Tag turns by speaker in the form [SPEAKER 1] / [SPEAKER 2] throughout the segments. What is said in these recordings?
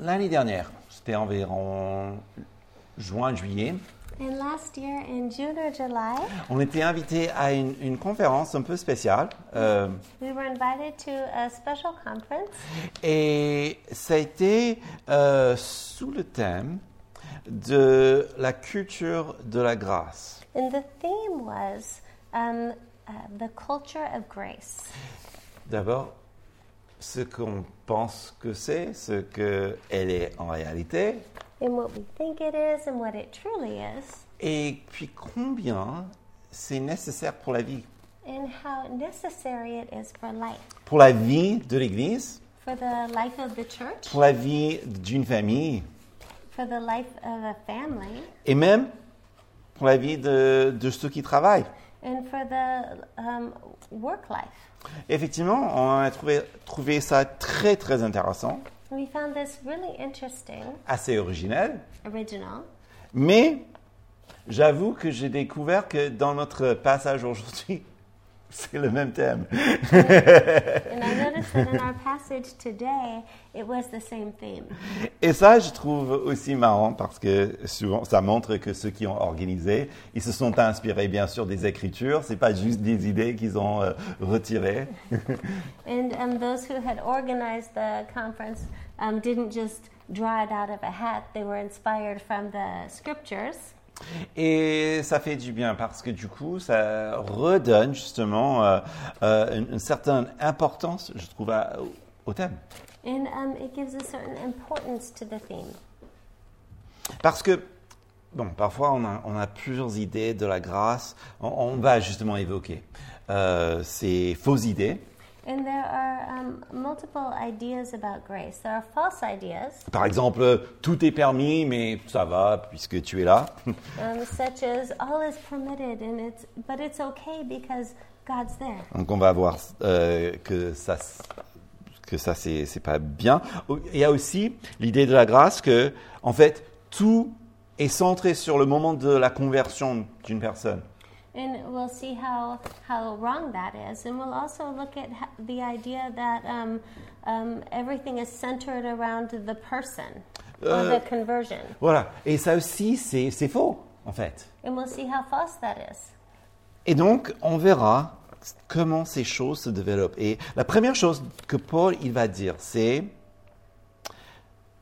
[SPEAKER 1] L'année dernière, c'était environ juin, juillet,
[SPEAKER 2] And last year in June or July,
[SPEAKER 1] on était invité à une, une conférence un peu spéciale. euh,
[SPEAKER 2] we were invited to a special conference,
[SPEAKER 1] et ça a été euh, sous le thème de la culture de la grâce.
[SPEAKER 2] and the theme was um, uh, the culture of grace.
[SPEAKER 1] D'abord, ce qu'on pense que c'est, ce qu'elle est en réalité,
[SPEAKER 2] And what we think it is and what it truly is,
[SPEAKER 1] et puis combien c'est nécessaire pour la vie.
[SPEAKER 2] and how necessary it is for life,
[SPEAKER 1] Pour la vie de l'Église,
[SPEAKER 2] for the life of the church,
[SPEAKER 1] pour la vie d'une famille,
[SPEAKER 2] for the life of a family,
[SPEAKER 1] et même pour la vie de, de ceux qui travaillent.
[SPEAKER 2] and for the um, work life.
[SPEAKER 1] Effectivement, on a trouvé, trouvé ça très très intéressant,
[SPEAKER 2] We found this really interesting,
[SPEAKER 1] assez originel,
[SPEAKER 2] original,
[SPEAKER 1] mais j'avoue que j'ai découvert que dans notre passage aujourd'hui, c'est le même thème.
[SPEAKER 2] and I noticed that in our passage today, it was the same theme.
[SPEAKER 1] Et ça, je trouve aussi marrant parce que souvent, ça montre que ceux qui ont organisé, ils se sont inspirés bien sûr des Écritures. C'est pas juste des idées qu'ils ont euh, retirées.
[SPEAKER 2] And um, those who had organized the conference um, didn't just draw it out of a hat, they were inspired from the scriptures.
[SPEAKER 1] Et ça fait du bien parce que du coup, ça redonne justement euh, euh, une, une certaine importance, je trouve, à- au thème.
[SPEAKER 2] And um, it gives a certain importance to the theme.
[SPEAKER 1] Parce que, bon, parfois on a, on a plusieurs idées de la grâce. On, on va justement évoquer euh, ces fausses idées.
[SPEAKER 2] And there are um, multiple ideas about grace. There are false ideas,
[SPEAKER 1] Par exemple, tout est permis, mais ça va puisque tu es là.
[SPEAKER 2] um, such as all is permitted, and it's, but it's okay because God's there.
[SPEAKER 1] Donc on va voir euh, que ça, s- que ça c'est c'est pas bien. Ou- Il y a aussi l'idée de la grâce que, en fait, tout est centré sur le moment de la conversion d'une personne.
[SPEAKER 2] And we'll see how, how wrong that is. And we'll also look at ho- the idea that um, um, everything is centered around the person or the conversion.
[SPEAKER 1] Voilà. Et ça aussi, c'est c'est faux, en fait.
[SPEAKER 2] And we'll see how false that is.
[SPEAKER 1] Et donc, on verra comment ces choses se développent. Et la première chose que Paul il va dire, c'est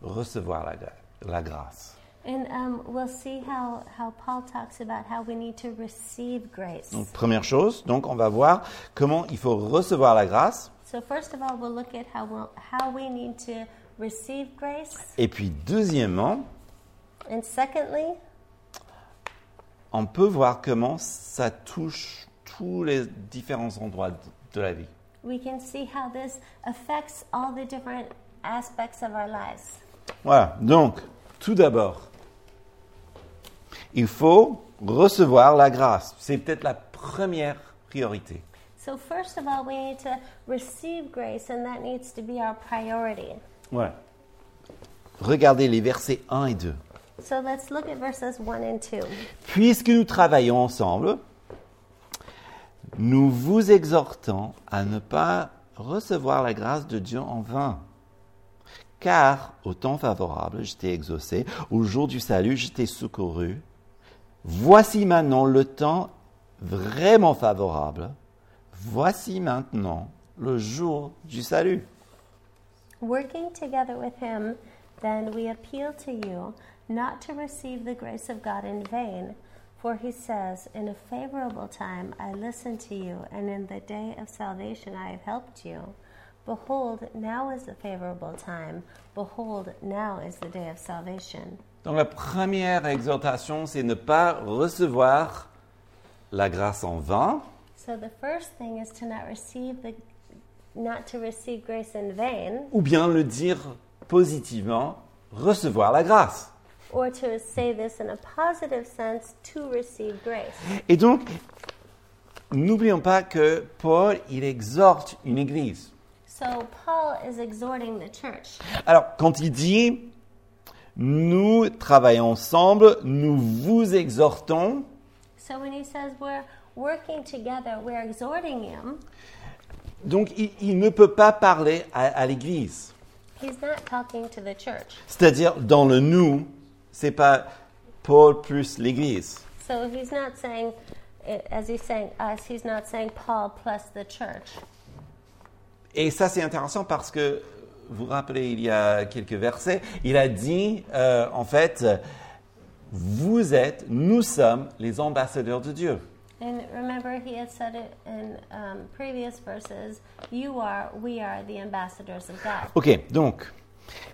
[SPEAKER 1] recevoir la gra- la grâce.
[SPEAKER 2] And um, we'll see how, how Paul talks about how we need to receive grace.
[SPEAKER 1] Donc, Première chose, donc on va voir comment il faut recevoir la grâce.
[SPEAKER 2] So, first of all, we'll look at how, we'll, how we need to receive grace.
[SPEAKER 1] Et puis deuxièmement,
[SPEAKER 2] And secondly,
[SPEAKER 1] on peut voir comment ça touche tous les différents endroits de- de la vie.
[SPEAKER 2] we can see how this affects all the different aspects of our lives.
[SPEAKER 1] Voilà, donc tout d'abord, il faut recevoir la grâce. C'est peut-être la première priorité.
[SPEAKER 2] So, first of all, we need to receive grace, and that needs to be our priority.
[SPEAKER 1] Voilà. Regardez les versets 1 et 2.
[SPEAKER 2] So, let's look at verses 1 and 2.
[SPEAKER 1] Puisque nous travaillons ensemble, nous vous exhortons à ne pas recevoir la grâce de Dieu en vain. Car au temps favorable, je t'ai exaucé, au jour du salut, je t'ai secouru. Voici maintenant le temps vraiment favorable. Voici maintenant le jour du salut.
[SPEAKER 2] Working together with him, then we appeal to you not to receive the grace of God in vain. For he says, In a favorable time I listened to you, and in the day of salvation I have helped you. Behold, now is the favorable time. Behold, now is the day of salvation.
[SPEAKER 1] Donc la première exhortation, c'est ne pas recevoir la grâce en vain.
[SPEAKER 2] So the first thing is to not receive the not to receive grace in vain
[SPEAKER 1] ou bien le dire positivement, recevoir la grâce.
[SPEAKER 2] or to say this in a positive sense to receive grace.
[SPEAKER 1] Et donc, n'oublions pas que Paul, il exhorte une église.
[SPEAKER 2] So Paul is exhorting the church.
[SPEAKER 1] Alors, quand il dit, nous travaillons ensemble, nous vous exhortons,
[SPEAKER 2] So when he says we're working together, we're exhorting him.
[SPEAKER 1] donc il, il ne peut pas parler à, à l'église.
[SPEAKER 2] He's not talking to the church.
[SPEAKER 1] C'est-à-dire, dans le nous, c'est pas Paul plus l'Église.
[SPEAKER 2] So he's not saying, eh, as he's saying us, he's not saying Paul plus the church.
[SPEAKER 1] Et ça, c'est intéressant parce que, vous vous rappelez, il y a quelques versets, il a dit, euh, en fait, vous êtes, nous sommes les ambassadeurs de Dieu.
[SPEAKER 2] And remember, he had said it in um, previous verses you are, we are the ambassadors of God.
[SPEAKER 1] OK, donc,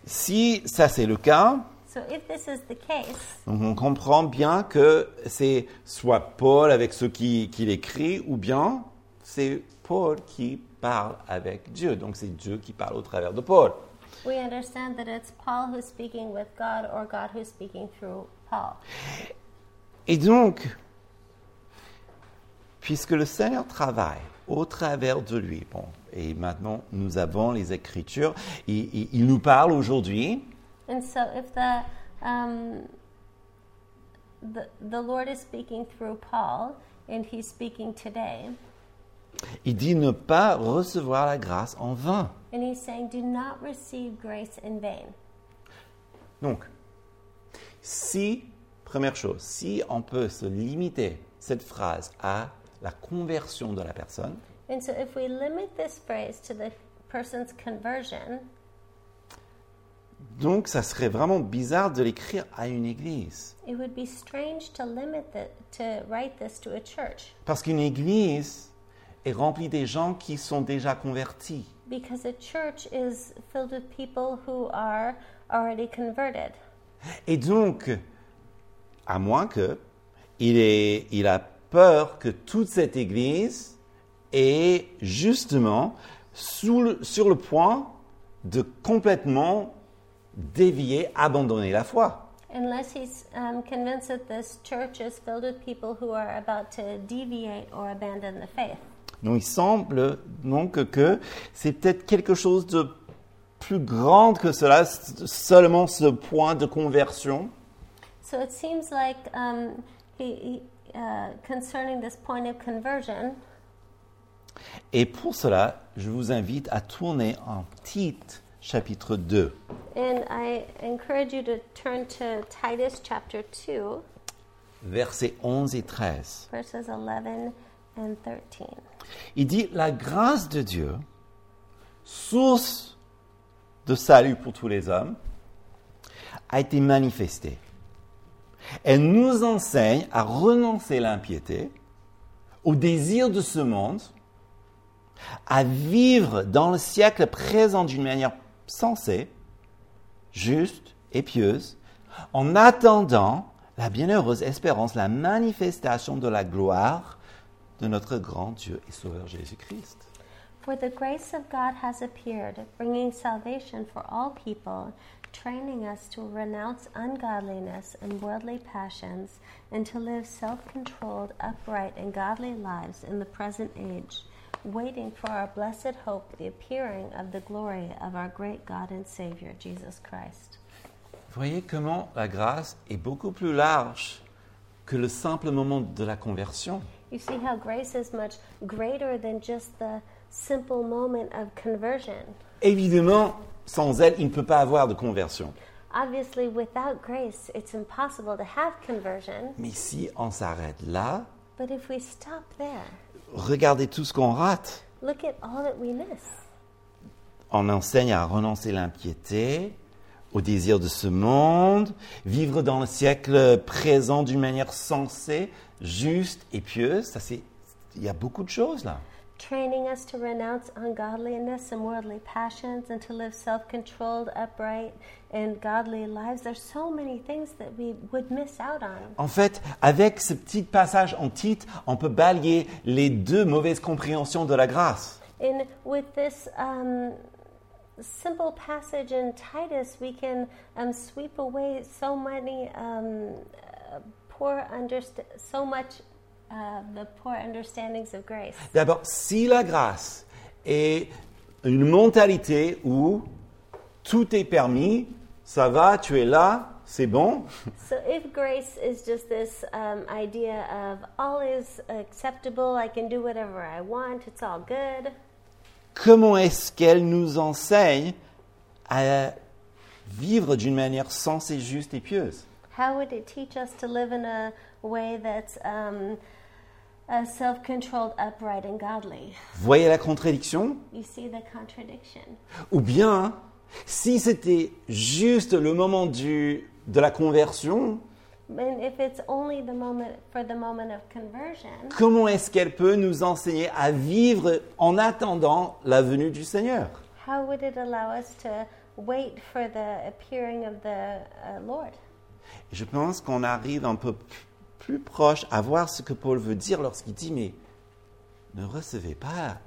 [SPEAKER 1] si ça c'est le cas,
[SPEAKER 2] So if this is the case,
[SPEAKER 1] donc on comprend bien que c'est soit Paul avec ceux qui, qui l'écrit, ou bien c'est Paul qui parle avec Dieu. Donc, c'est Dieu qui parle au travers de Paul.
[SPEAKER 2] we understand that it's Paul who's speaking with God or God who's speaking through Paul.
[SPEAKER 1] Et donc, puisque le Seigneur travaille au travers de lui, bon, et maintenant nous avons les Écritures, il, il- il nous parle aujourd'hui,
[SPEAKER 2] And so if the, um, the, the Lord is speaking through Paul and he's speaking today,
[SPEAKER 1] il dit ne pas recevoir la grâce en vain.
[SPEAKER 2] and he's saying, do not receive grace in vain.
[SPEAKER 1] Donc, si, première chose, si on peut se limiter cette phrase à la conversion de la personne,
[SPEAKER 2] And so if we limit this phrase to the person's conversion,
[SPEAKER 1] donc ça serait vraiment bizarre de l'écrire à une église.
[SPEAKER 2] It would be strange to limit the, to write this to a church
[SPEAKER 1] Parce qu'une église est remplie des gens qui sont déjà convertis.
[SPEAKER 2] because a church is filled with people who are already converted.
[SPEAKER 1] Et donc, à moins que il, ait- il a peur que toute cette église est justement sous le- sur le point de complètement dévier, abandonner la foi.
[SPEAKER 2] Unless he's um, convinced that this church is filled with people who are about to deviate or abandon the faith.
[SPEAKER 1] Donc il semble donc que c'est peut-être quelque chose de plus grand que cela, s- seulement ce point de conversion.
[SPEAKER 2] So it seems like um, he, he uh, concerning this point of conversion,
[SPEAKER 1] Et pour cela, je vous invite à tourner en Tite chapitre 2.
[SPEAKER 2] and I encourage you to turn to Titus chapter 2,
[SPEAKER 1] versets 11 et 13.
[SPEAKER 2] verses 11 and 13.
[SPEAKER 1] Il dit La grâce de Dieu, source de salut pour tous les hommes, a été manifestée. Elle nous enseigne à renoncer à l'impiété, au désir de ce monde, à vivre dans le siècle présent d'une manière sensée, juste et pieuse, en attendant la bienheureuse espérance, la manifestation de la gloire de notre grand Dieu et Sauveur Jésus-Christ.
[SPEAKER 2] For the grace of God has appeared, bringing salvation for all people, training us to renounce ungodliness and worldly passions, and to live self controlled, upright, and godly lives in the present age, waiting for our blessed hope, the appearing of the glory of our great God and Savior, Jesus Christ.
[SPEAKER 1] Voyez comment la grâce est beaucoup plus large que le simple moment de la conversion.
[SPEAKER 2] You see how grace is much greater than just the simple moment of conversion.
[SPEAKER 1] Évidemment, sans elle, il ne peut pas avoir de conversion.
[SPEAKER 2] Obviously, without grace, it's impossible to have conversion.
[SPEAKER 1] Mais si on s'arrête là,
[SPEAKER 2] But if we stop there,
[SPEAKER 1] regardez tout ce qu'on rate.
[SPEAKER 2] look at all that we miss.
[SPEAKER 1] on enseigne à renoncer l'impiété, au désir de ce monde, vivre dans le siècle présent d'une manière sensée, juste et pieuse. Ça, c'est, il y a beaucoup de choses là.
[SPEAKER 2] Training us to renounce ungodliness and worldly passions and to live self controlled, upright, and godly lives. There's so many things that we would miss out on.
[SPEAKER 1] En fait, avec ce petit passage en titre, on peut balayer les deux mauvaises compréhensions de la grâce.
[SPEAKER 2] And with this um, simple passage in Titus, we can um, sweep away so many um, uh, poor underst- so much uh, the poor understandings of grace.
[SPEAKER 1] D'abord, si la grâce est une mentalité où tout est permis, ça va, tu es là, c'est bon,
[SPEAKER 2] So, if grace is just this um, idea of all is acceptable, I can do whatever I want, it's all good,
[SPEAKER 1] comment est-ce qu'elle nous enseigne à vivre d'une manière sensée, juste et pieuse.
[SPEAKER 2] How would it teach us to live in a way that's um, uh, self controlled, upright, and godly?
[SPEAKER 1] Voyez la contradiction
[SPEAKER 2] You see the contradiction.
[SPEAKER 1] Ou bien, si c'était juste le moment du, de la conversion,
[SPEAKER 2] And if it's only the moment for the moment of conversion,
[SPEAKER 1] comment est-ce qu'elle peut nous enseigner à vivre en attendant la venue du Seigneur
[SPEAKER 2] how would it allow us to wait for the appearing of the uh, Lord?
[SPEAKER 1] Je pense qu'on arrive un peu p- plus proche à voir ce que Paul veut dire lorsqu'il dit, mais ne recevez pas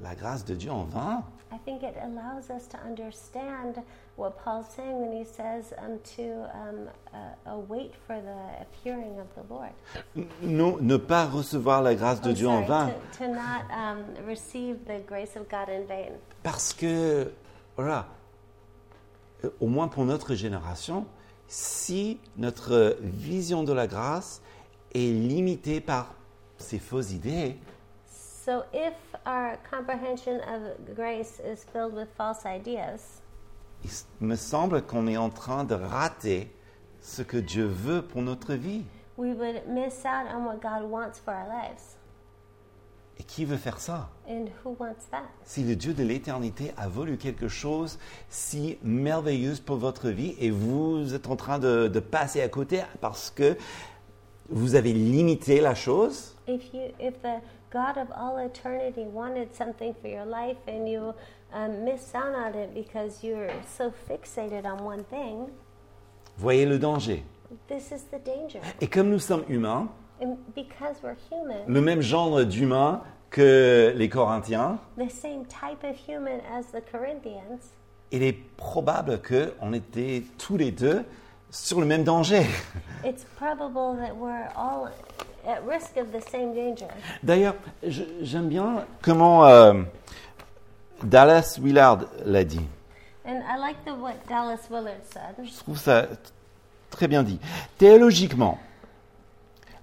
[SPEAKER 1] la grâce de Dieu en vain.
[SPEAKER 2] I think it allows us to understand what Paul's saying when he says um, to um, uh, await for the appearing of the Lord.
[SPEAKER 1] Non, ne pas recevoir la grâce de
[SPEAKER 2] I'm
[SPEAKER 1] Dieu en vain.
[SPEAKER 2] sorry, to, to not um, receive the grace of God in vain.
[SPEAKER 1] Parce que, voilà, euh, au moins pour notre génération, si notre vision de la grâce est limitée par ces fausses idées,
[SPEAKER 2] So, if our comprehension of grace is filled with false ideas,
[SPEAKER 1] il s- me semble qu'on est en train de rater ce que Dieu veut pour notre vie.
[SPEAKER 2] we would miss out on what God wants for our lives.
[SPEAKER 1] Et qui veut faire ça
[SPEAKER 2] And who wants that?
[SPEAKER 1] Si le Dieu de l'éternité a voulu quelque chose si merveilleuse pour votre vie et vous êtes en train de, de passer à côté parce que vous avez limité la chose,
[SPEAKER 2] If you, if the God of all eternity wanted something for your life and you um, miss out on it because you're so fixated on one thing,
[SPEAKER 1] voyez le danger.
[SPEAKER 2] this is the danger.
[SPEAKER 1] Et comme nous sommes humains,
[SPEAKER 2] And because we're human,
[SPEAKER 1] le même genre d'humains que les Corinthiens,
[SPEAKER 2] the same type of human as the Corinthians,
[SPEAKER 1] il est probable qu'on était tous les deux sur le même danger.
[SPEAKER 2] it's probable that we're all at risk of the same danger.
[SPEAKER 1] D'ailleurs, je- j'aime bien comment euh, Dallas Willard l'a dit.
[SPEAKER 2] And I like the what Dallas Willard said.
[SPEAKER 1] Je trouve ça t- très bien dit. Théologiquement,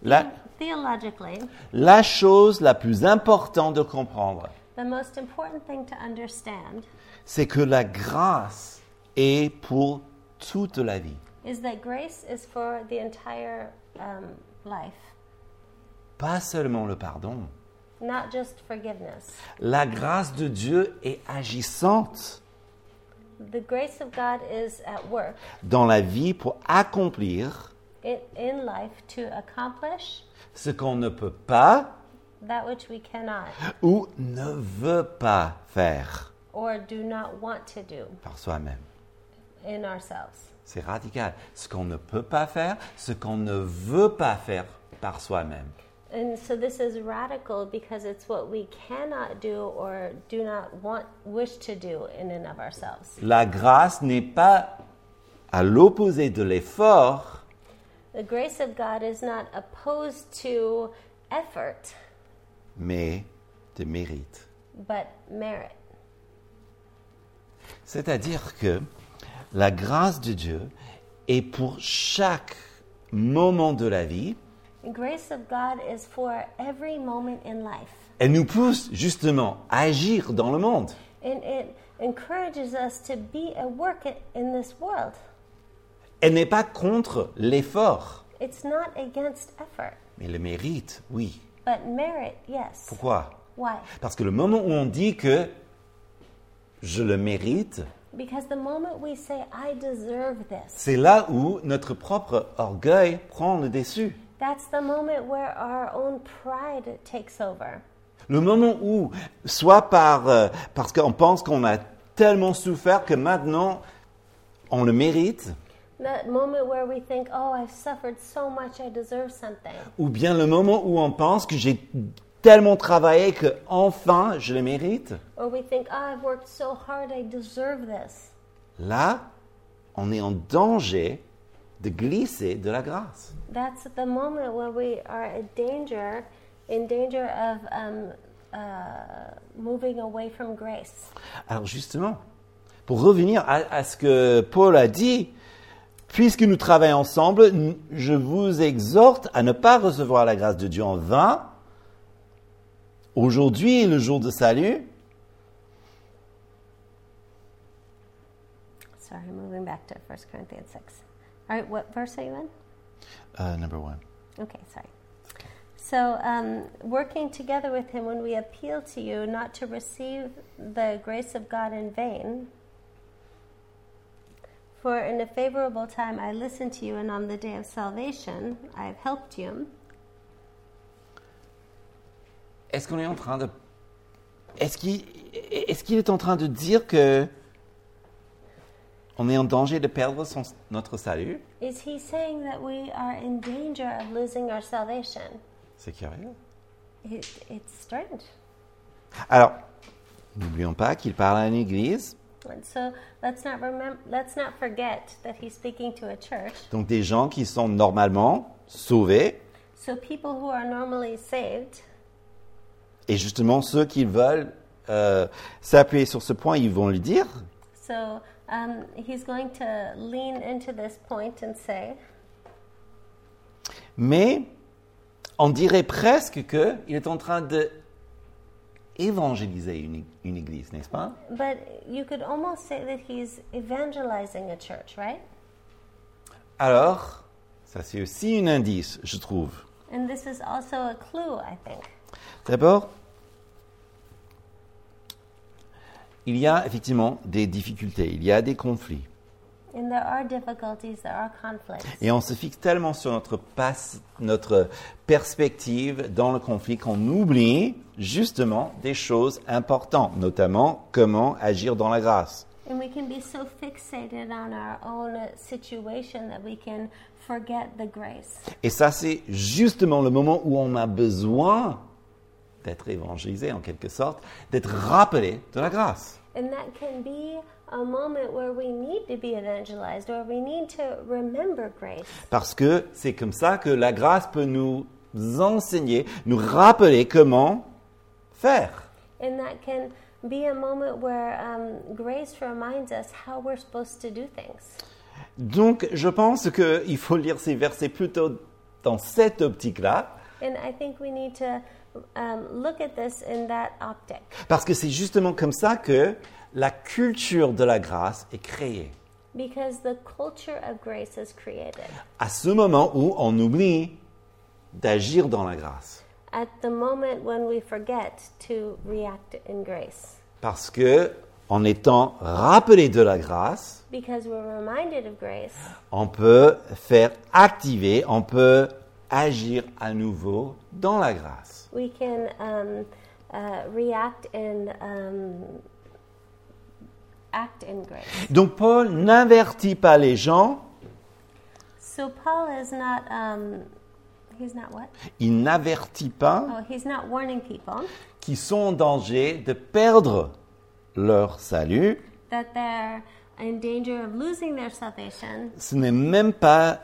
[SPEAKER 1] la,
[SPEAKER 2] Theologically,
[SPEAKER 1] la chose la plus importante de comprendre,
[SPEAKER 2] the most important thing to understand
[SPEAKER 1] c'est que la grâce est pour toute la vie,
[SPEAKER 2] is that grace is for the entire um, life,
[SPEAKER 1] pas seulement le pardon.
[SPEAKER 2] not just forgiveness.
[SPEAKER 1] La grâce de Dieu est agissante
[SPEAKER 2] The grace of God is at work
[SPEAKER 1] dans la vie pour accomplir
[SPEAKER 2] in, in life to accomplish
[SPEAKER 1] ce qu'on ne peut pas
[SPEAKER 2] that which we cannot
[SPEAKER 1] ou ne veut pas faire
[SPEAKER 2] or do not want to do
[SPEAKER 1] par soi-même.
[SPEAKER 2] in ourselves.
[SPEAKER 1] C'est radical. Ce qu'on ne peut pas faire, ce qu'on ne veut pas faire par soi-même.
[SPEAKER 2] And so this is radical because it's what we cannot do or do not want wish to do in and of ourselves.
[SPEAKER 1] La grâce n'est pas à l'opposé de l'effort,
[SPEAKER 2] The grace of God is not opposed to effort,
[SPEAKER 1] mais de mérite.
[SPEAKER 2] but merit.
[SPEAKER 1] C'est-à-dire que la grâce de Dieu est pour chaque moment de la vie.
[SPEAKER 2] The grace of God is for every moment in life,
[SPEAKER 1] Elle nous pousse justement à agir dans le monde.
[SPEAKER 2] and it encourages us to be at work i- in this world.
[SPEAKER 1] Elle n'est pas contre l'effort,
[SPEAKER 2] It's not against effort,
[SPEAKER 1] mais le mérite, oui.
[SPEAKER 2] but merit, yes.
[SPEAKER 1] Pourquoi
[SPEAKER 2] Why?
[SPEAKER 1] Parce que le moment où on dit que je le mérite,
[SPEAKER 2] Because the moment we say, I deserve this,
[SPEAKER 1] c'est là où notre propre orgueil prend le dessus.
[SPEAKER 2] That's the moment where our own pride takes over.
[SPEAKER 1] Le moment où, soit par, euh, parce qu'on pense qu'on a tellement souffert que maintenant on le mérite,
[SPEAKER 2] That moment where we think, oh, I've suffered so much, I deserve something.
[SPEAKER 1] ou bien le moment où on pense que j'ai tellement travaillé que enfin je le mérite,
[SPEAKER 2] Or we think, oh, I've worked so hard, I deserve this.
[SPEAKER 1] là, on est en danger de glisser de la grâce.
[SPEAKER 2] That's the moment where we are in danger, in danger of um, uh, moving away from grace.
[SPEAKER 1] Alors justement, pour revenir à, à ce que Paul a dit, puisque nous travaillons ensemble, n- je vous exhorte à ne pas recevoir la grâce de Dieu en vain. Aujourd'hui est le jour de salut.
[SPEAKER 2] sorry, moving back to 1 Corinthians 6. All right, what verse are you in?
[SPEAKER 1] Uh, number one.
[SPEAKER 2] Okay, sorry. So, um, working together with him when we appeal to you not to receive the grace of God in vain, for in a favorable time I listened to you, and on the day of salvation I have helped you.
[SPEAKER 1] Est-ce qu'on est en train de. Est-ce qu'il est, qu'il est en train de dire que. On est en danger de perdre son- notre salut
[SPEAKER 2] Is he saying that we are in danger of losing our salvation?
[SPEAKER 1] C'est curieux.
[SPEAKER 2] It, it's strange.
[SPEAKER 1] Alors, n'oublions pas qu'il parle à une église,
[SPEAKER 2] And so let's not remember, let's not forget that he's speaking to a church.
[SPEAKER 1] donc des gens qui sont normalement sauvés,
[SPEAKER 2] So people who are normally saved,
[SPEAKER 1] et justement ceux qui veulent euh, s'appuyer sur ce point, ils vont le dire.
[SPEAKER 2] so um, he's going to lean into this point and say,
[SPEAKER 1] Mais on dirait presque qu'il est en train de évangéliser une, une église, n'est-ce pas
[SPEAKER 2] but you could almost say that he's evangelizing a church, right?
[SPEAKER 1] Alors, ça c'est aussi un indice, je trouve.
[SPEAKER 2] And this is also a clue, I think.
[SPEAKER 1] D'abord, il y a effectivement des difficultés, il y a des conflits.
[SPEAKER 2] And there are difficulties, there are conflicts.
[SPEAKER 1] Et on se fixe tellement sur notre, passe- notre perspective dans le conflit qu'on oublie justement des choses importantes, notamment comment agir dans la grâce.
[SPEAKER 2] And we can be so fixated on our own uh, situation that we can forget the grace.
[SPEAKER 1] Et ça, c'est justement le moment où on a besoin d'être évangélisé en quelque sorte, d'être rappelé de la grâce.
[SPEAKER 2] And that can be a moment where we need to be evangelized, or we need to remember grace.
[SPEAKER 1] Parce que c'est comme ça que la grâce peut nous enseigner, nous rappeler comment faire.
[SPEAKER 2] And that can be a moment where um, grace reminds us how we're supposed to do things.
[SPEAKER 1] Donc, je pense qu'il faut lire ces versets plutôt dans cette optique-là,
[SPEAKER 2] And I think we need to um, look at this in that optic,
[SPEAKER 1] parce que c'est justement comme ça que la culture de la grâce est créée.
[SPEAKER 2] because the culture of grace is created.
[SPEAKER 1] À ce moment où on oublie d'agir dans la grâce.
[SPEAKER 2] At the moment when we forget to react in grace,
[SPEAKER 1] Parce que, en étant rappelé de la grâce,
[SPEAKER 2] because we're reminded of grace,
[SPEAKER 1] on peut faire activer, on peut agir à nouveau dans la grâce.
[SPEAKER 2] we can um, uh, react and um, act in grace.
[SPEAKER 1] Donc Paul n'avertit pas les gens,
[SPEAKER 2] So Paul is not, um, he's not what?
[SPEAKER 1] il n'avertit pas
[SPEAKER 2] Oh, he's not warning people
[SPEAKER 1] qu'ils sont en danger de perdre leur salut.
[SPEAKER 2] that they're in danger of losing their salvation.
[SPEAKER 1] Ce n'est même pas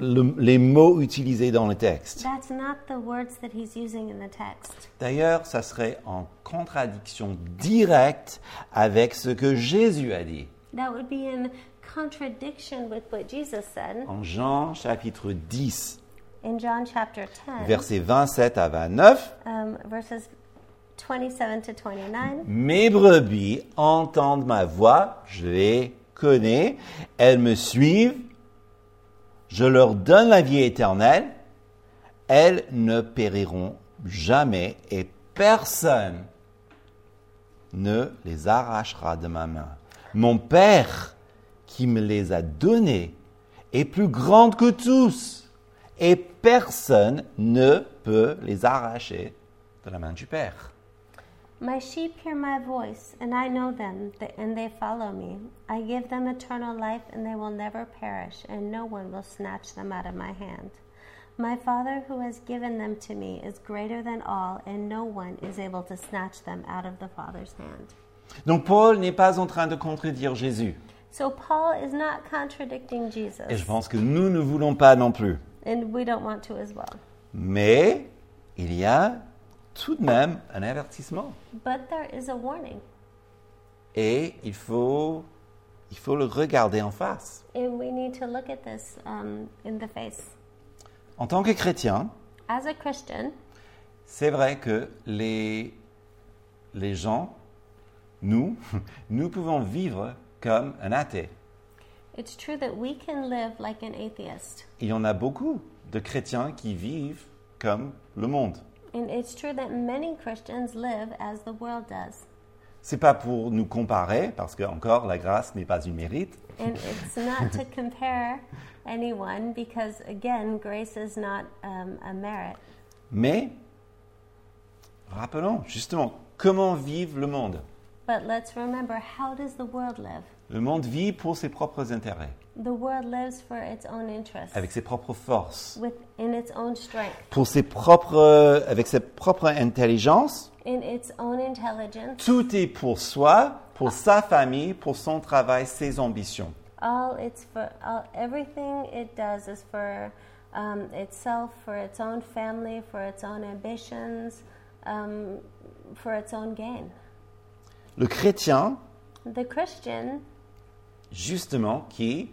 [SPEAKER 1] le- les mots utilisés dans le texte.
[SPEAKER 2] That's not the words that he's using in the text.
[SPEAKER 1] D'ailleurs, ça serait en contradiction directe avec ce que Jésus a dit.
[SPEAKER 2] That would be in contradiction with what Jesus said
[SPEAKER 1] En Jean chapitre 10,
[SPEAKER 2] in John chapter 10,
[SPEAKER 1] versets 27 à 29,
[SPEAKER 2] um, verses 27 to 29.
[SPEAKER 1] Mes brebis entendent ma voix, je les connais, elles me suivent, je leur donne la vie éternelle, elles ne périront jamais et personne ne les arrachera de ma main. Mon Père qui me les a donnés est plus grand que tous et personne ne peut les arracher de la main du Père.
[SPEAKER 2] My sheep hear my voice, and I know them, th- and they follow me. I give them eternal life, and they will never perish, and no one will snatch them out of my hand. My Father, who has given them to me, is greater than all, and no one is able to snatch them out of the Father's hand.
[SPEAKER 1] Donc Paul n'est pas en train de contredire Jésus.
[SPEAKER 2] So Paul is not contradicting
[SPEAKER 1] Et je
[SPEAKER 2] Jesus,
[SPEAKER 1] pense que nous ne voulons pas non plus.
[SPEAKER 2] and we don't want to as well.
[SPEAKER 1] Mais il y a tout de même un avertissement.
[SPEAKER 2] But there is a warning,
[SPEAKER 1] Et il faut, il faut le regarder en face.
[SPEAKER 2] and we need to look at this um, in the face.
[SPEAKER 1] En tant que chrétien,
[SPEAKER 2] As a Christian,
[SPEAKER 1] c'est vrai que les, les gens, nous, nous pouvons vivre comme un athée.
[SPEAKER 2] It's true that we can live like an atheist,
[SPEAKER 1] Il y en a beaucoup de chrétiens qui vivent comme le monde.
[SPEAKER 2] and it's true that many Christians live as the world does.
[SPEAKER 1] C'est pas pour nous comparer, parce que encore la grâce n'est pas une mérite,
[SPEAKER 2] And it's not to compare anyone because, again, grace is not um, a merit.
[SPEAKER 1] mais rappelons justement comment vive le monde.
[SPEAKER 2] But let's remember how does the world live?
[SPEAKER 1] Le monde vit pour ses propres intérêts,
[SPEAKER 2] The world lives for its own interests,
[SPEAKER 1] avec ses propres forces,
[SPEAKER 2] within its own strength,
[SPEAKER 1] pour ses propres, euh, avec ses propres intelligences.
[SPEAKER 2] in its own intelligence.
[SPEAKER 1] Tout est pour soi, pour sa famille, pour son travail, ses ambitions.
[SPEAKER 2] All it's for all, everything it does is for um, itself, for its own family, for its own ambitions, um, for its own gain.
[SPEAKER 1] Le chrétien,
[SPEAKER 2] The Christian
[SPEAKER 1] justement, qui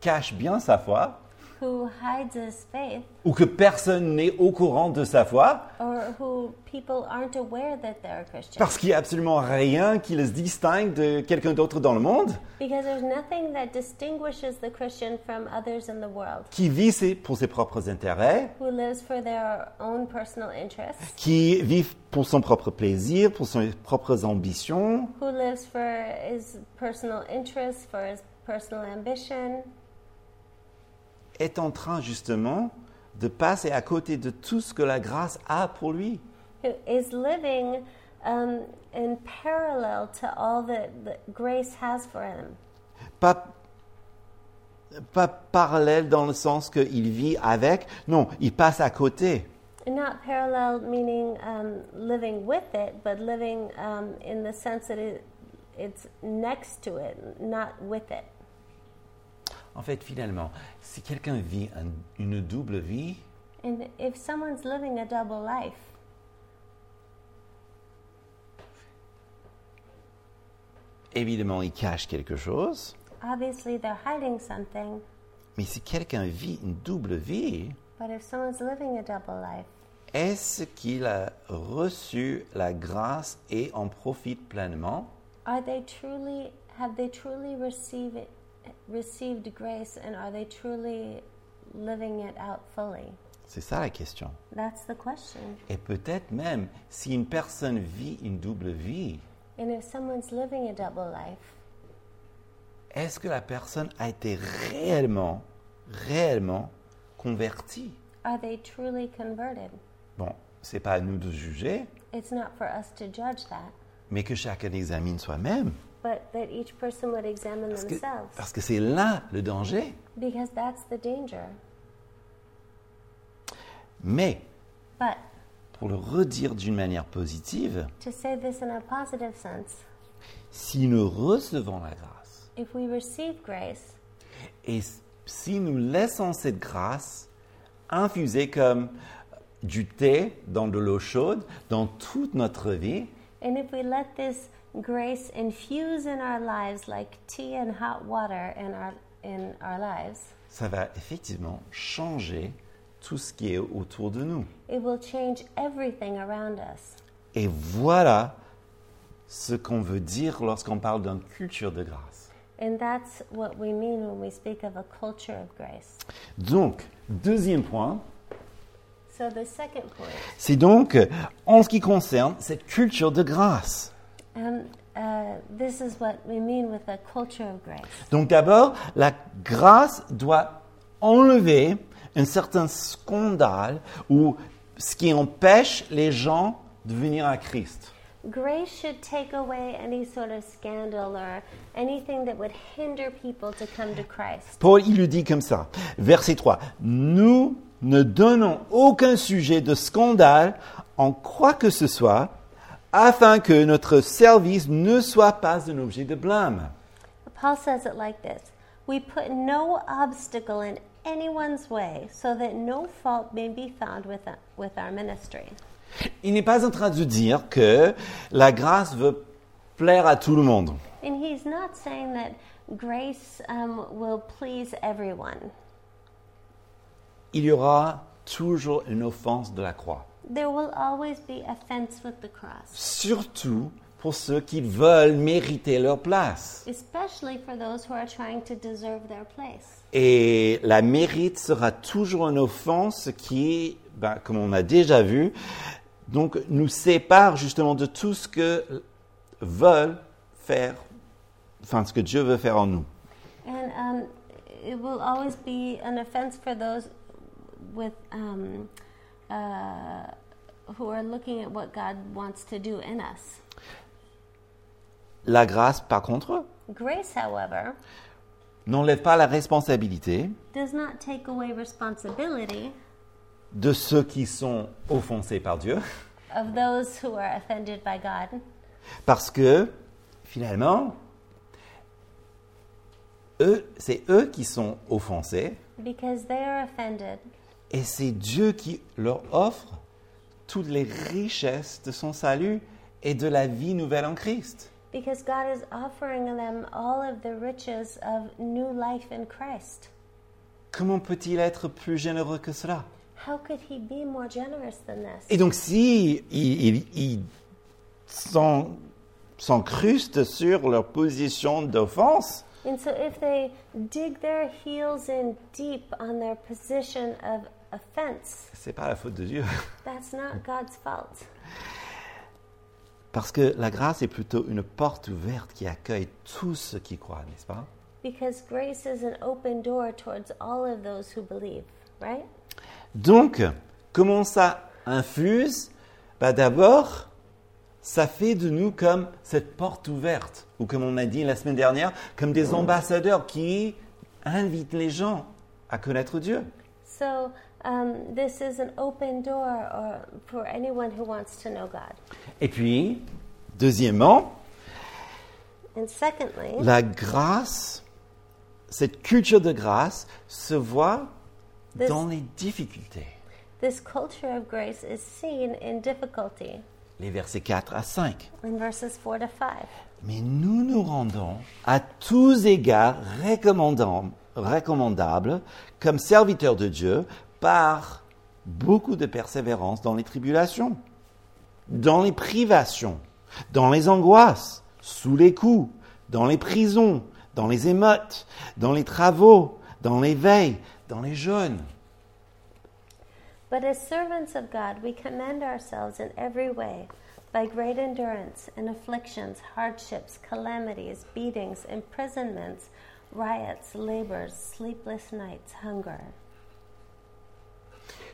[SPEAKER 1] cache bien sa foi,
[SPEAKER 2] who hides his faith
[SPEAKER 1] ou que personne n'est au courant de sa foi,
[SPEAKER 2] or who people aren't aware that they're a Christian.
[SPEAKER 1] parce qu'il n'y a absolument rien qui le distingue de quelqu'un d'autre dans le monde,
[SPEAKER 2] Because there's nothing that distinguishes the Christian from others in the world
[SPEAKER 1] qui vit ses- pour ses propres intérêts,
[SPEAKER 2] who lives for their own personal interests,
[SPEAKER 1] qui vit pour son propre plaisir, pour ses propres ambitions,
[SPEAKER 2] who lives for his personal interests, for his personal ambition,
[SPEAKER 1] est en train justement de passer à côté de tout ce que la grâce a pour lui.
[SPEAKER 2] who is living um, in parallel to all that, that grace has for him.
[SPEAKER 1] Pas, pas parallèle dans le sens qu'il vit avec, non, il passe à côté.
[SPEAKER 2] And not parallel meaning um, living with it, but living um, in the sense that it, it's next to it, not with it.
[SPEAKER 1] En fait, finalement, si quelqu'un vit un- une double vie,
[SPEAKER 2] And if someone's living a double life,
[SPEAKER 1] évidemment, il cache quelque chose.
[SPEAKER 2] obviously they're hiding something,
[SPEAKER 1] Mais si quelqu'un vit une double vie,
[SPEAKER 2] but if someone's living a double life,
[SPEAKER 1] est-ce qu'il a reçu la grâce et en profite pleinement
[SPEAKER 2] are they truly have they truly received received grace and are they truly living it out fully?
[SPEAKER 1] C'est ça la question.
[SPEAKER 2] That's the question.
[SPEAKER 1] Et peut-être même, si une personne vit une double vie,
[SPEAKER 2] And if someone's living a double life,
[SPEAKER 1] est-ce que la personne a été réellement, réellement convertie
[SPEAKER 2] are they truly converted?
[SPEAKER 1] Bon, c'est pas à nous de juger,
[SPEAKER 2] It's not for us to judge that,
[SPEAKER 1] mais que chacun examine soi-même.
[SPEAKER 2] but that each person would examine
[SPEAKER 1] Parce que-
[SPEAKER 2] themselves
[SPEAKER 1] parce que c'est là le danger.
[SPEAKER 2] because that's the danger.
[SPEAKER 1] Mais,
[SPEAKER 2] But
[SPEAKER 1] pour le redire d'une manière positive,
[SPEAKER 2] to say this in a positive sense,
[SPEAKER 1] si nous recevons la grâce,
[SPEAKER 2] if we receive grace,
[SPEAKER 1] Et si nous laissons cette grâce infuser comme du thé dans de l'eau chaude dans toute notre vie,
[SPEAKER 2] And if we let this grace infuse in our lives like tea and hot water in our in our lives,
[SPEAKER 1] ça va effectivement changer tout ce qui est autour de nous.
[SPEAKER 2] it will change everything around us.
[SPEAKER 1] Et voilà ce qu'on veut dire lorsqu'on parle d'une culture de grâce.
[SPEAKER 2] And that's what we mean when we speak of a culture of grace.
[SPEAKER 1] Donc, deuxième point,
[SPEAKER 2] So the second point,
[SPEAKER 1] c'est donc euh, en ce qui concerne cette culture de grâce.
[SPEAKER 2] um, uh, this is what we mean with a culture of grace.
[SPEAKER 1] Donc d'abord, la grâce doit enlever un certain scandale ou ce qui empêche les gens de venir à Christ.
[SPEAKER 2] Grace should take away any sort of scandal or anything that would hinder people to come to Christ.
[SPEAKER 1] Paul, il le dit comme ça, verset 3. Nous ne donnons aucun sujet de scandale en quoi que ce soit, afin que notre service ne soit pas un objet de blâme.
[SPEAKER 2] Paul says it like this We put no obstacle in anyone's way so that no fault may be found with, with our ministry.
[SPEAKER 1] Il n'est pas en train de dire que la grâce veut plaire à tout le monde.
[SPEAKER 2] And he's not saying that grace um, will please everyone.
[SPEAKER 1] il y aura toujours une offense de la croix.
[SPEAKER 2] There will always be offense with the cross,
[SPEAKER 1] Surtout pour ceux qui veulent mériter leur place.
[SPEAKER 2] especially for those who are trying to deserve their place.
[SPEAKER 1] Et la mérite sera toujours une offense qui, ben, comme on a déjà vu, donc nous sépare justement de tout ce que veulent faire, enfin ce que Dieu veut faire en nous.
[SPEAKER 2] And um, it will always be an offense for those with um, uh, who are looking at what God wants to do in us.
[SPEAKER 1] La grâce, par contre,
[SPEAKER 2] Grace, however,
[SPEAKER 1] n'enlève pas la responsabilité
[SPEAKER 2] does not take away responsibility
[SPEAKER 1] de ceux qui sont offensés par Dieu,
[SPEAKER 2] of those who are offended by God
[SPEAKER 1] parce que finalement, eux, c'est eux qui sont offensés
[SPEAKER 2] because they are offended,
[SPEAKER 1] Et c'est Dieu qui leur offre toutes les richesses de son salut et de la vie nouvelle en Christ.
[SPEAKER 2] because God is offering them all of the riches of new life in Christ.
[SPEAKER 1] Comment peut-il être plus généreux que cela
[SPEAKER 2] How could He be more generous than this?
[SPEAKER 1] Et donc si il, il- il s'en- s'encruste sur leur position d'offense,
[SPEAKER 2] And so, if they dig their heels in deep on their position of offense,
[SPEAKER 1] c'est pas la faute de Dieu.
[SPEAKER 2] that's not God's fault.
[SPEAKER 1] Parce que la grâce est plutôt une porte ouverte qui accueille tous ceux qui croient, n'est-ce pas
[SPEAKER 2] Because grace is an open door towards all of those who believe, right?
[SPEAKER 1] Donc, comment ça infuse bah D'abord, ça fait de nous comme cette porte ouverte, ou comme on a dit la semaine dernière, comme des ambassadeurs qui invitent les gens à connaître Dieu.
[SPEAKER 2] So, um, this is an open door or for anyone who wants to know God.
[SPEAKER 1] Et puis, deuxièmement,
[SPEAKER 2] And secondly,
[SPEAKER 1] la grâce, cette culture de grâce se voit
[SPEAKER 2] This-
[SPEAKER 1] dans les difficultés.
[SPEAKER 2] this culture of grace is seen in difficulty
[SPEAKER 1] Les versets 4 à 5.
[SPEAKER 2] in verses 4 to 5.
[SPEAKER 1] Mais nous nous rendons à tous égards recommandant- recommandables comme serviteurs de Dieu par beaucoup de persévérance dans les tribulations, dans les privations, dans les angoisses, sous les coups, dans les prisons, dans les émeutes, dans les travaux, dans les veilles, dans les jeûnes.
[SPEAKER 2] But as servants of God, we commend ourselves in every way by great endurance in afflictions, hardships, calamities, beatings, imprisonments, riots, labors, sleepless nights, hunger.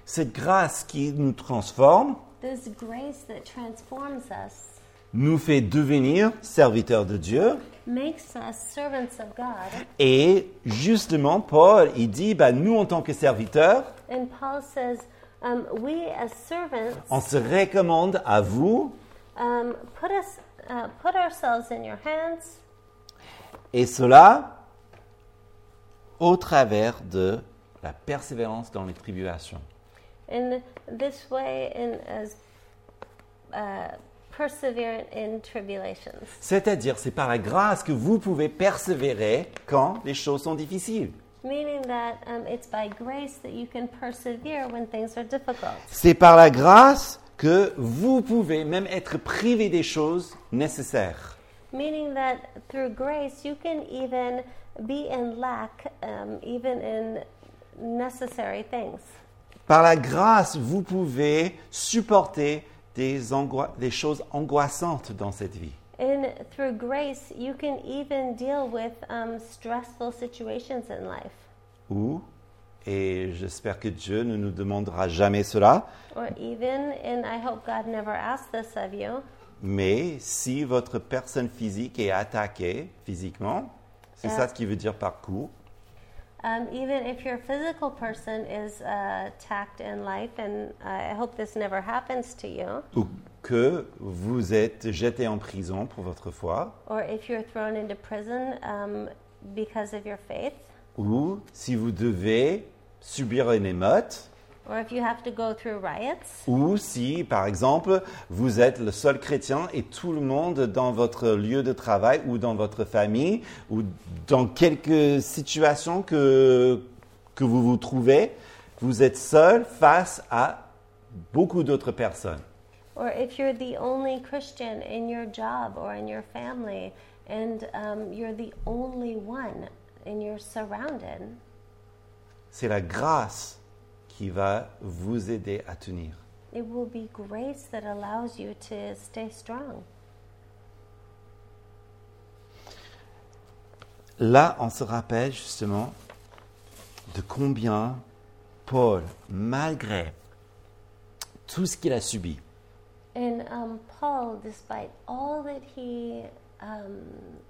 [SPEAKER 1] Cette grâce qui nous transforme
[SPEAKER 2] This grace that transforms us
[SPEAKER 1] nous fait devenir serviteurs de Dieu
[SPEAKER 2] makes us servants of God.
[SPEAKER 1] Et justement, Paul, il dit, bah, nous, en tant que serviteurs,
[SPEAKER 2] And Paul says, um, we as servants
[SPEAKER 1] on se recommande à vous
[SPEAKER 2] um, put us uh, put ourselves in your hands
[SPEAKER 1] Et cela au travers de la persévérance dans les tribulations.
[SPEAKER 2] in this way and as uh, perseverant in tribulations.
[SPEAKER 1] C'est-à-dire, c'est par la grâce que vous pouvez persévérer quand les choses sont difficiles.
[SPEAKER 2] Meaning that um, it's by grace that you can persevere when things are difficult.
[SPEAKER 1] C'est par la grâce que vous pouvez même être privé des choses nécessaires.
[SPEAKER 2] Meaning that through grace you can even be in lack, um, even in necessary things.
[SPEAKER 1] Par la grâce, vous pouvez supporter des, angoi- des choses angoissantes dans cette vie.
[SPEAKER 2] And through grace you can even deal with um, stressful situations in life.
[SPEAKER 1] ou, et j'espère que Dieu ne nous demandera jamais cela,
[SPEAKER 2] Or even, and I hope God never asked this of you,
[SPEAKER 1] mais si votre personne physique est attaquée physiquement, c'est
[SPEAKER 2] Yeah.
[SPEAKER 1] ça ce qui veut dire par coup,
[SPEAKER 2] um, even if your physical person is uh, attacked in life, and uh, I hope this never happens to you,
[SPEAKER 1] ou que vous êtes jeté en prison pour votre foi,
[SPEAKER 2] or if you're thrown into prison um, because of your faith,
[SPEAKER 1] ou si vous devez subir une émeute,
[SPEAKER 2] or if you have to go through riots,
[SPEAKER 1] ou si, par exemple, vous êtes le seul chrétien et tout le monde dans votre lieu de travail ou dans votre famille ou dans quelque situation que, que vous vous trouvez, vous êtes seul face à beaucoup d'autres personnes.
[SPEAKER 2] or if you're the only Christian in your job or in your family, and um, you're the only one and you're surrounded,
[SPEAKER 1] C'est la grâce qui va vous aider à tenir.
[SPEAKER 2] it will be grace that allows you to stay strong.
[SPEAKER 1] Là, on se rappelle justement de combien Paul, malgré tout ce qu'il a subi,
[SPEAKER 2] And um, Paul, despite all that he um,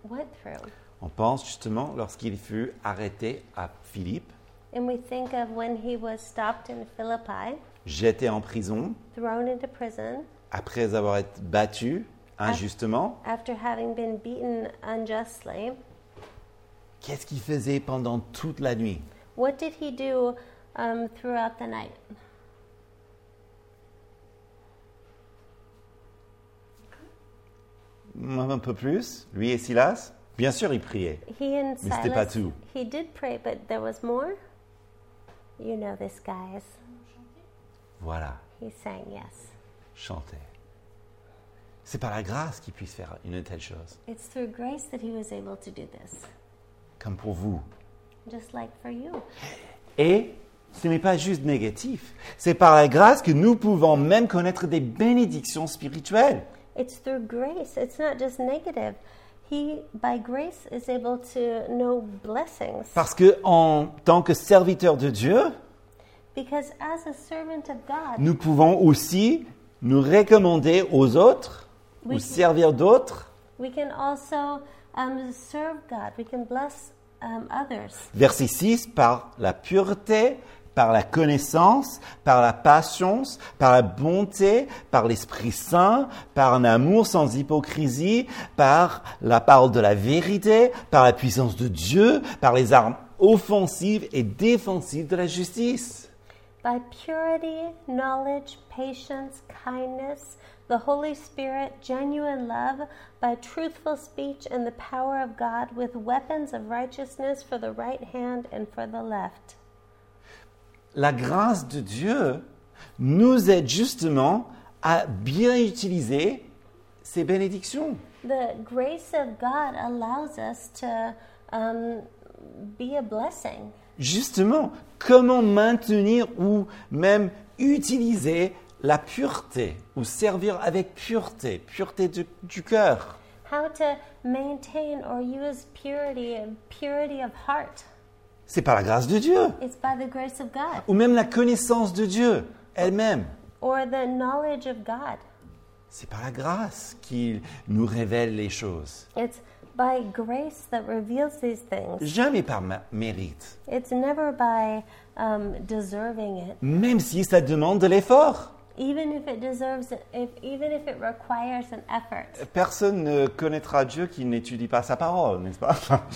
[SPEAKER 2] went through,
[SPEAKER 1] on pense justement lorsqu'il fut arrêté à Philippe,
[SPEAKER 2] and we think of when he was stopped in Philippi,
[SPEAKER 1] jeté en prison
[SPEAKER 2] thrown into prison
[SPEAKER 1] après avoir été battu injustement.
[SPEAKER 2] after having been beaten unjustly.
[SPEAKER 1] Qu'est-ce qu'il faisait pendant toute la nuit
[SPEAKER 2] What did he do um, throughout the night?
[SPEAKER 1] Un peu plus, lui et Silas Bien sûr, il priait.
[SPEAKER 2] He and
[SPEAKER 1] Mais c'était pas
[SPEAKER 2] Silas.
[SPEAKER 1] tout.
[SPEAKER 2] He did pray, but there was more. You know this, guys.
[SPEAKER 1] Voilà,
[SPEAKER 2] He sang, yes.
[SPEAKER 1] chantait. C'est par la grâce qu'il puisse faire une telle chose,
[SPEAKER 2] It's through grace that he was able to do this,
[SPEAKER 1] comme pour vous.
[SPEAKER 2] just like for you.
[SPEAKER 1] Et ce n'est pas juste négatif, c'est par la grâce que nous pouvons même connaître des bénédictions spirituelles.
[SPEAKER 2] It's through grace. It's not just negative. He, by grace, is able to know blessings.
[SPEAKER 1] Parce que en tant que serviteurs de Dieu,
[SPEAKER 2] Because as a servant of God,
[SPEAKER 1] nous pouvons aussi nous recommander aux autres,
[SPEAKER 2] Oui.
[SPEAKER 1] ou servir d'autres,
[SPEAKER 2] we can also um, serve God. We can bless um, others.
[SPEAKER 1] Verset 6, par la pureté, par la connaissance, par la patience, par la bonté, par l'Esprit Saint, par un amour sans hypocrisie, par la parole de la vérité, par la puissance de Dieu, par les armes offensives et défensives de la justice.
[SPEAKER 2] By purity, knowledge, patience, kindness, the Holy Spirit, genuine love, by truthful speech and the power of God, with weapons of righteousness for the right hand and for the left.
[SPEAKER 1] La grâce de Dieu nous aide justement à bien utiliser ces bénédictions.
[SPEAKER 2] The grace of God allows us to um, be a blessing.
[SPEAKER 1] Justement, comment maintenir ou même utiliser la pureté ou servir avec pureté, pureté du, du cœur.
[SPEAKER 2] How to maintain or use purity, purity of heart.
[SPEAKER 1] C'est par la grâce de Dieu
[SPEAKER 2] It's by the grace of God
[SPEAKER 1] ou même la connaissance de Dieu elle-même.
[SPEAKER 2] or the knowledge of God.
[SPEAKER 1] C'est par la grâce qu'il nous révèle les choses.
[SPEAKER 2] It's by grace that reveals these things.
[SPEAKER 1] Jamais par ma- mérite,
[SPEAKER 2] It's never by um, deserving it,
[SPEAKER 1] même si ça demande de l'effort.
[SPEAKER 2] even if it deserves it, if, even if it requires an effort.
[SPEAKER 1] Personne ne connaîtra Dieu qui n'étudie pas sa parole, n'est-ce pas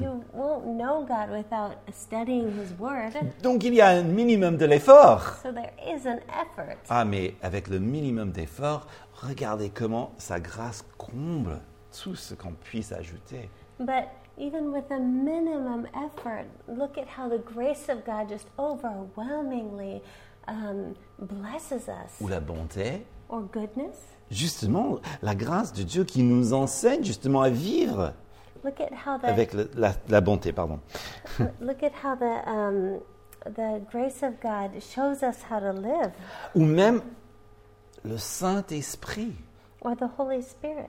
[SPEAKER 2] You won't know God without studying His Word,
[SPEAKER 1] Donc il y a un minimum de l'effort.
[SPEAKER 2] so there is an effort.
[SPEAKER 1] Ah, mais avec le minimum d'effort, regardez comment sa grâce comble tout ce qu'on puisse ajouter.
[SPEAKER 2] But even with a minimum effort, look at how the grace of God just overwhelmingly um, blesses us.
[SPEAKER 1] Ou la bonté,
[SPEAKER 2] Or goodness.
[SPEAKER 1] justement, la grâce de Dieu qui nous enseigne justement à vivre
[SPEAKER 2] Look at how the
[SPEAKER 1] avec le- la, la bonté, pardon.
[SPEAKER 2] look at how the um, the grace of God shows us how to live,
[SPEAKER 1] Ou même le Saint-Esprit.
[SPEAKER 2] or the Holy Spirit.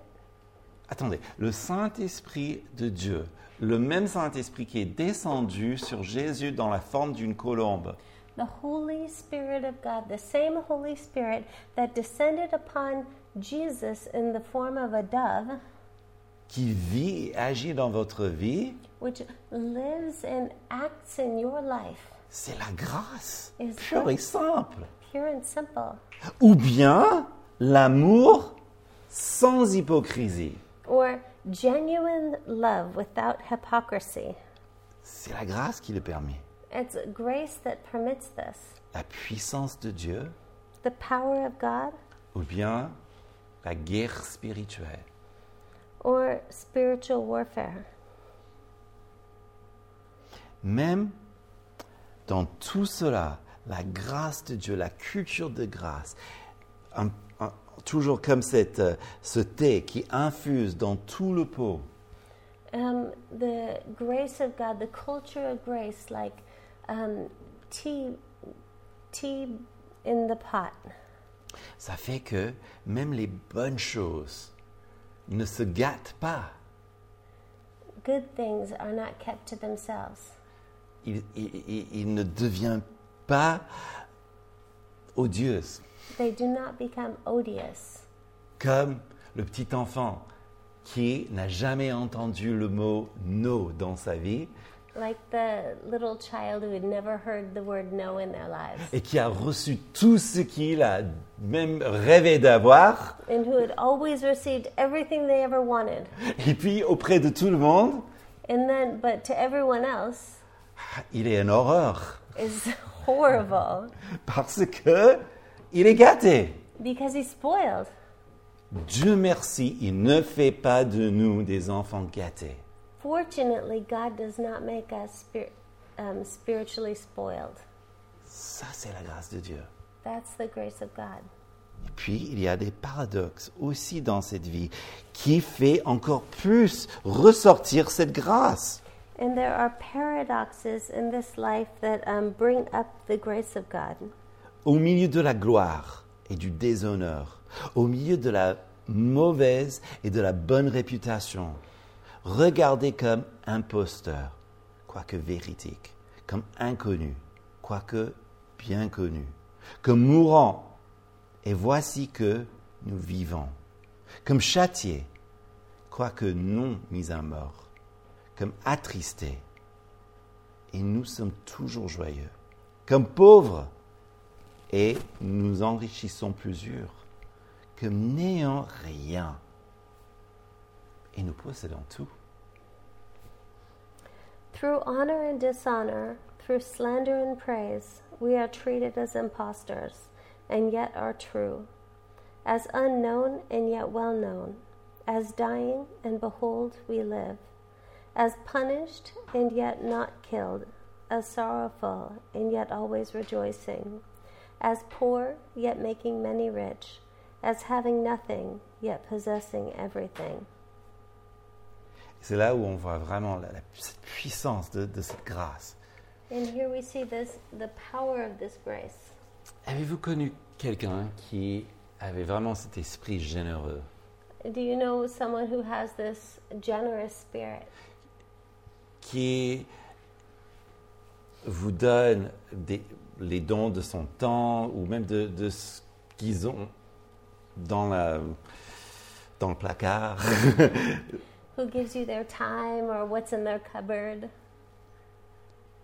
[SPEAKER 1] Attendez, le Saint-Esprit de Dieu, le même Saint-Esprit qui est descendu sur Jésus dans la forme d'une colombe,
[SPEAKER 2] The Holy Spirit of God, the same Holy Spirit that descended upon Jesus in the form of a dove,
[SPEAKER 1] qui vit et agit dans votre vie,
[SPEAKER 2] which lives and acts in your life,
[SPEAKER 1] c'est la grâce
[SPEAKER 2] Et ça-
[SPEAKER 1] pure et simple.
[SPEAKER 2] pure and simple.
[SPEAKER 1] Ou bien l'amour sans hypocrisie.
[SPEAKER 2] or genuine love without hypocrisy.
[SPEAKER 1] C'est la grâce qui le permet.
[SPEAKER 2] It's grace that permits this.
[SPEAKER 1] La puissance de Dieu
[SPEAKER 2] The power of God
[SPEAKER 1] ou bien la guerre spirituelle.
[SPEAKER 2] or spiritual warfare.
[SPEAKER 1] Même dans tout cela, la grâce de Dieu, la culture de grâce, un- un- toujours comme cette, euh, ce thé qui infuse dans tout le pot.
[SPEAKER 2] Um, the grace of God, the culture of grace, like um, tea, tea in the pot.
[SPEAKER 1] Ça fait que même les bonnes choses ne se gâtent pas.
[SPEAKER 2] Good things are not kept to themselves.
[SPEAKER 1] Il, il- il- il ne devient pas odieux,
[SPEAKER 2] They do not become odious,
[SPEAKER 1] comme le petit enfant qui n'a jamais entendu le mot no dans sa vie
[SPEAKER 2] like the little child who had never heard the word no in their lives,
[SPEAKER 1] et qui a reçu tout ce qu'il a même rêvé d'avoir.
[SPEAKER 2] and who had always received everything they ever wanted.
[SPEAKER 1] Et puis auprès de tout le monde,
[SPEAKER 2] And then, but to everyone else,
[SPEAKER 1] il est une horreur
[SPEAKER 2] is horrible
[SPEAKER 1] parce que il est gâté.
[SPEAKER 2] because he's spoiled.
[SPEAKER 1] Dieu merci, il ne fait pas de nous des enfants gâtés.
[SPEAKER 2] Fortunately, God does not make us spir- um, spiritually spoiled.
[SPEAKER 1] Ça, c'est la grâce de Dieu.
[SPEAKER 2] That's the grace of God.
[SPEAKER 1] Et puis, il y a des paradoxes aussi dans cette vie qui fait encore plus ressortir cette grâce.
[SPEAKER 2] And there are paradoxes in this life that um, bring up the grace of God.
[SPEAKER 1] Au milieu de la gloire et du déshonneur, au milieu de la mauvaise et de la bonne réputation, regardé comme imposteur, quoique véridique, comme inconnu, quoique bien connu, comme mourant, et voici que nous vivons, comme châtié, quoique non mis à mort, comme attristé, et nous sommes toujours joyeux, comme pauvres, et nous enrichissons plusieurs, comme n'ayant rien, et nous possédons tout.
[SPEAKER 2] Through honor and dishonor, through slander and praise, we are treated as impostors, and yet are true, as unknown and yet well known, as dying and behold we live, as punished and yet not killed, as sorrowful and yet always rejoicing, as poor yet making many rich, as having nothing yet possessing everything.
[SPEAKER 1] C'est là où on voit vraiment la, la- cette puissance de, de cette grâce.
[SPEAKER 2] And here we see this the power of this grace.
[SPEAKER 1] Avez-vous connu quelqu'un qui avait vraiment cet esprit généreux,
[SPEAKER 2] Do you know someone who has this generous spirit
[SPEAKER 1] qui vous donne des- les dons de son temps ou même de, de ce qu'ils ont dans, la- dans le placard
[SPEAKER 2] who gives you their time or what's in their cupboard?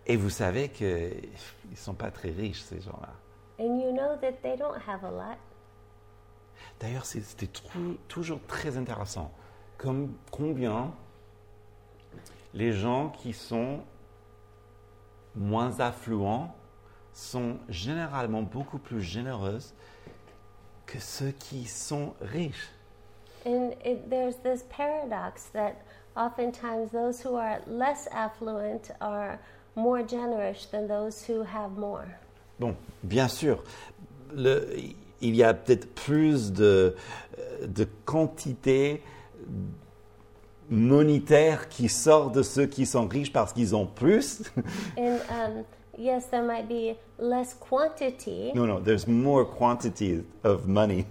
[SPEAKER 1] Et vous savez qu'ils ne sont pas très riches, ces gens-là.
[SPEAKER 2] And you know that they don't have a lot.
[SPEAKER 1] D'ailleurs, c'est- c'était trou- toujours très intéressant. Comme combien les gens qui sont moins affluents sont généralement beaucoup plus généreuses que ceux qui sont riches.
[SPEAKER 2] And it, there's this paradox that oftentimes those who are less affluent are more generous than those who have more.
[SPEAKER 1] Bon, bien sûr, le- il y a peut-être plus de, de quantité monétaire qui sort de ceux qui sont riches parce qu'ils ont plus.
[SPEAKER 2] And um, yes, there might be less quantity.
[SPEAKER 1] Non, non, there's more quantity of money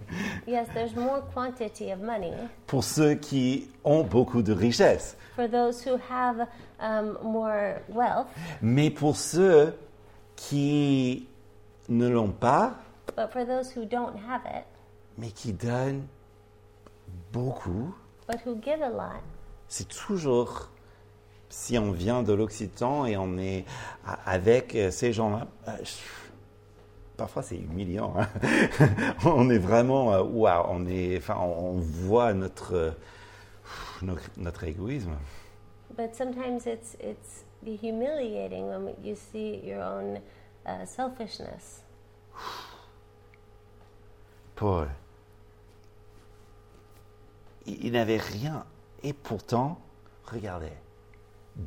[SPEAKER 2] Yes, there's more quantity of money
[SPEAKER 1] pour ceux qui ont beaucoup de richesses.
[SPEAKER 2] for those who have um, more wealth.
[SPEAKER 1] Mais pour ceux qui ne l'ont pas,
[SPEAKER 2] But for those who don't have it,
[SPEAKER 1] mais qui donnent beaucoup,
[SPEAKER 2] but who give a lot,
[SPEAKER 1] c'est toujours, si on vient de l'Occitan et on est a- avec euh, ces gens-là, euh, je- parfois c'est humiliant. hein. on est vraiment, euh, waouh, on est, enfin, on on voit notre, euh, notre, notre égoïsme.
[SPEAKER 2] but sometimes it's it's be humiliating when you see your own uh, selfishness.
[SPEAKER 1] Paul, il, il n'avait rien et pourtant, regardez,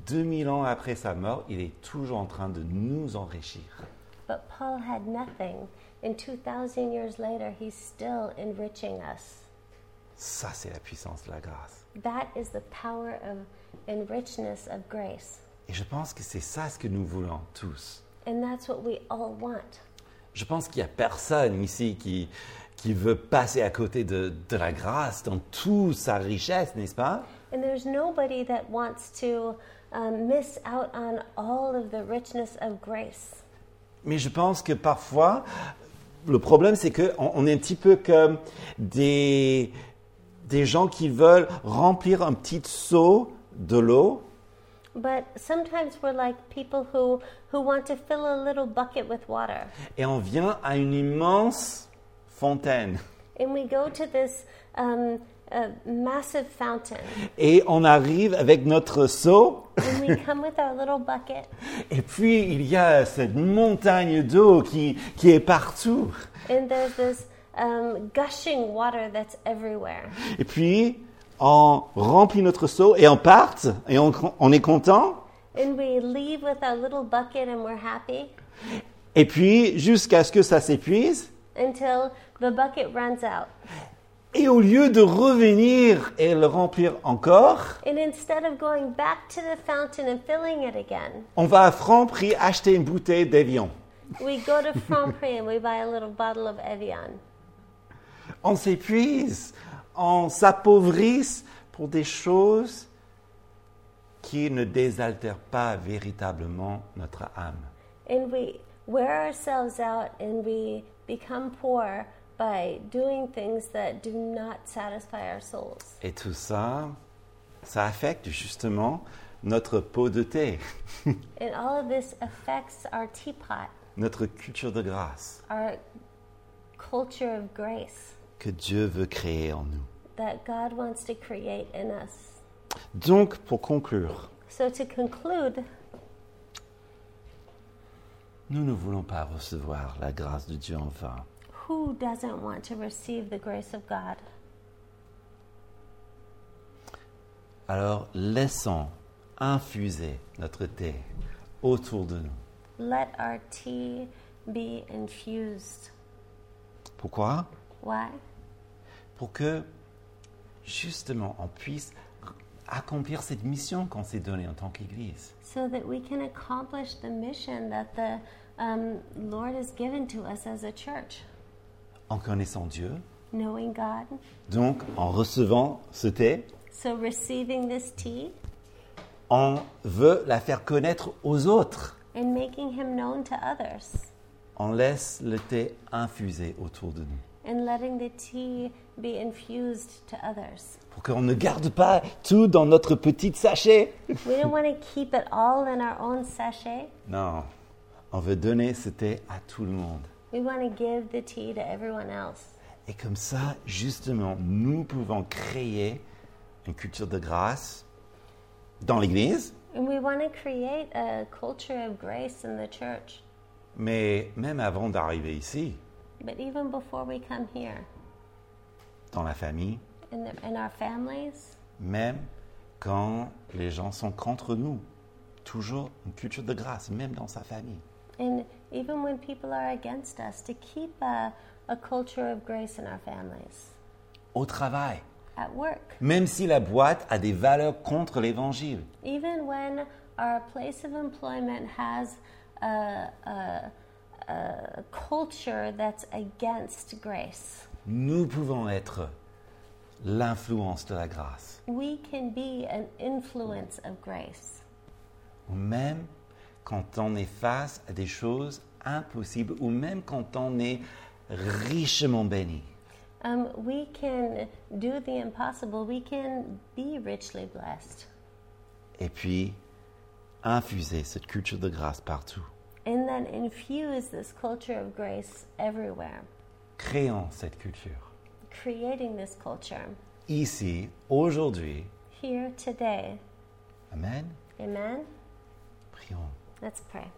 [SPEAKER 1] 2000 ans après sa mort, il est toujours en train de nous enrichir.
[SPEAKER 2] But Paul had nothing, and 2,000 years later, he's still enriching us.
[SPEAKER 1] Ça, c'est la puissance de la grâce.
[SPEAKER 2] That is the power of and richness of grace.
[SPEAKER 1] Et je pense que c'est ça ce que nous voulons tous.
[SPEAKER 2] And that's what we all want.
[SPEAKER 1] Je pense qu'il n'y a personne ici qui, qui veut passer à côté de, de la grâce dans toute sa richesse, n'est-ce pas
[SPEAKER 2] And there's nobody that wants to um, miss out on all of the richness of grace.
[SPEAKER 1] Mais je pense que parfois, le problème, c'est qu'on on est un petit peu comme des, des gens qui veulent remplir un petit seau de l'eau
[SPEAKER 2] But sometimes we're like people who, who want to fill a little bucket with water.
[SPEAKER 1] et on vient à une immense fontaine.
[SPEAKER 2] And we go to this um, uh, massive fountain.
[SPEAKER 1] Et on arrive avec notre seau
[SPEAKER 2] And we come with our little bucket.
[SPEAKER 1] Et puis, il y a cette montagne d'eau qui, qui est partout.
[SPEAKER 2] And there's this um, gushing water that's everywhere.
[SPEAKER 1] Et puis, on remplit notre seau et on part et on, on est content.
[SPEAKER 2] And we leave with our little bucket and we're happy
[SPEAKER 1] Et puis, jusqu'à ce que ça s'épuise.
[SPEAKER 2] until the bucket runs out.
[SPEAKER 1] Et au lieu de revenir et le remplir encore,
[SPEAKER 2] And instead of going back to the fountain and filling it again,
[SPEAKER 1] on va à Franprix acheter une bouteille d'Evian.
[SPEAKER 2] we go to Franprix and we buy a little bottle of Evian.
[SPEAKER 1] On s'épuise, on s'appauvrit pour des choses qui ne désaltèrent pas véritablement notre âme.
[SPEAKER 2] And we wear ourselves out and we become poor by doing things that do not satisfy our souls.
[SPEAKER 1] Et tout ça, ça affecte justement notre pot de thé,
[SPEAKER 2] And all of this affects our teapot,
[SPEAKER 1] notre culture de grâce
[SPEAKER 2] our culture of grace
[SPEAKER 1] que Dieu veut créer en nous.
[SPEAKER 2] that God wants to create in us.
[SPEAKER 1] Donc, pour conclure,
[SPEAKER 2] So, to conclude,
[SPEAKER 1] nous ne voulons pas recevoir la grâce de Dieu en vain.
[SPEAKER 2] who doesn't want to receive the grace of God?
[SPEAKER 1] Alors, laissons infuser notre thé autour de nous.
[SPEAKER 2] Let our tea be infused.
[SPEAKER 1] Pourquoi
[SPEAKER 2] Why?
[SPEAKER 1] Pour que, justement, on puisse accomplir cette mission qu'on s'est donnée en tant qu'Église.
[SPEAKER 2] So that we can accomplish the mission that the um, Lord has given to us as a church.
[SPEAKER 1] En connaissant Dieu,
[SPEAKER 2] Knowing God.
[SPEAKER 1] donc en recevant ce thé,
[SPEAKER 2] So, receiving this tea
[SPEAKER 1] on veut la faire connaître aux autres.
[SPEAKER 2] and making Him known to others
[SPEAKER 1] On laisse le thé infuser autour de nous
[SPEAKER 2] and letting the tea be infused to others.
[SPEAKER 1] pour qu'on ne garde pas tout dans notre petit sachet.
[SPEAKER 2] We don't want to keep it all in our own sachet.
[SPEAKER 1] Non, on veut donner ce thé à tout le monde.
[SPEAKER 2] We want to give the tea to everyone else.
[SPEAKER 1] Et comme ça, justement, nous pouvons créer une culture de grâce dans l'Église,
[SPEAKER 2] And we want to create a culture of grace in the church.
[SPEAKER 1] mais même avant d'arriver ici,
[SPEAKER 2] But even before we come here,
[SPEAKER 1] dans la famille,
[SPEAKER 2] in, the, in our families,
[SPEAKER 1] même quand les gens sont contre nous. Toujours une culture de grâce, même dans sa famille.
[SPEAKER 2] and even when people are against us, to keep a, a culture of grace in our families,
[SPEAKER 1] Au travail,
[SPEAKER 2] at work,
[SPEAKER 1] même si la boîte a des valeurs contre l'évangile.
[SPEAKER 2] even when our place of employment has a, a, a culture that's against grace.
[SPEAKER 1] Nous pouvons être l'influence de la grâce,
[SPEAKER 2] We can be an influence of grace,
[SPEAKER 1] ou même quand on est face à des choses impossibles, ou même quand on est richement béni.
[SPEAKER 2] Um, we can do the impossible. We can be richly blessed.
[SPEAKER 1] Et puis, infuser cette culture de grâce partout.
[SPEAKER 2] And then infuse this culture of grace everywhere,
[SPEAKER 1] Créons cette culture.
[SPEAKER 2] creating this culture
[SPEAKER 1] Ici, aujourd'hui,
[SPEAKER 2] here today.
[SPEAKER 1] Amen.
[SPEAKER 2] Amen?
[SPEAKER 1] Prions.
[SPEAKER 2] Let's pray.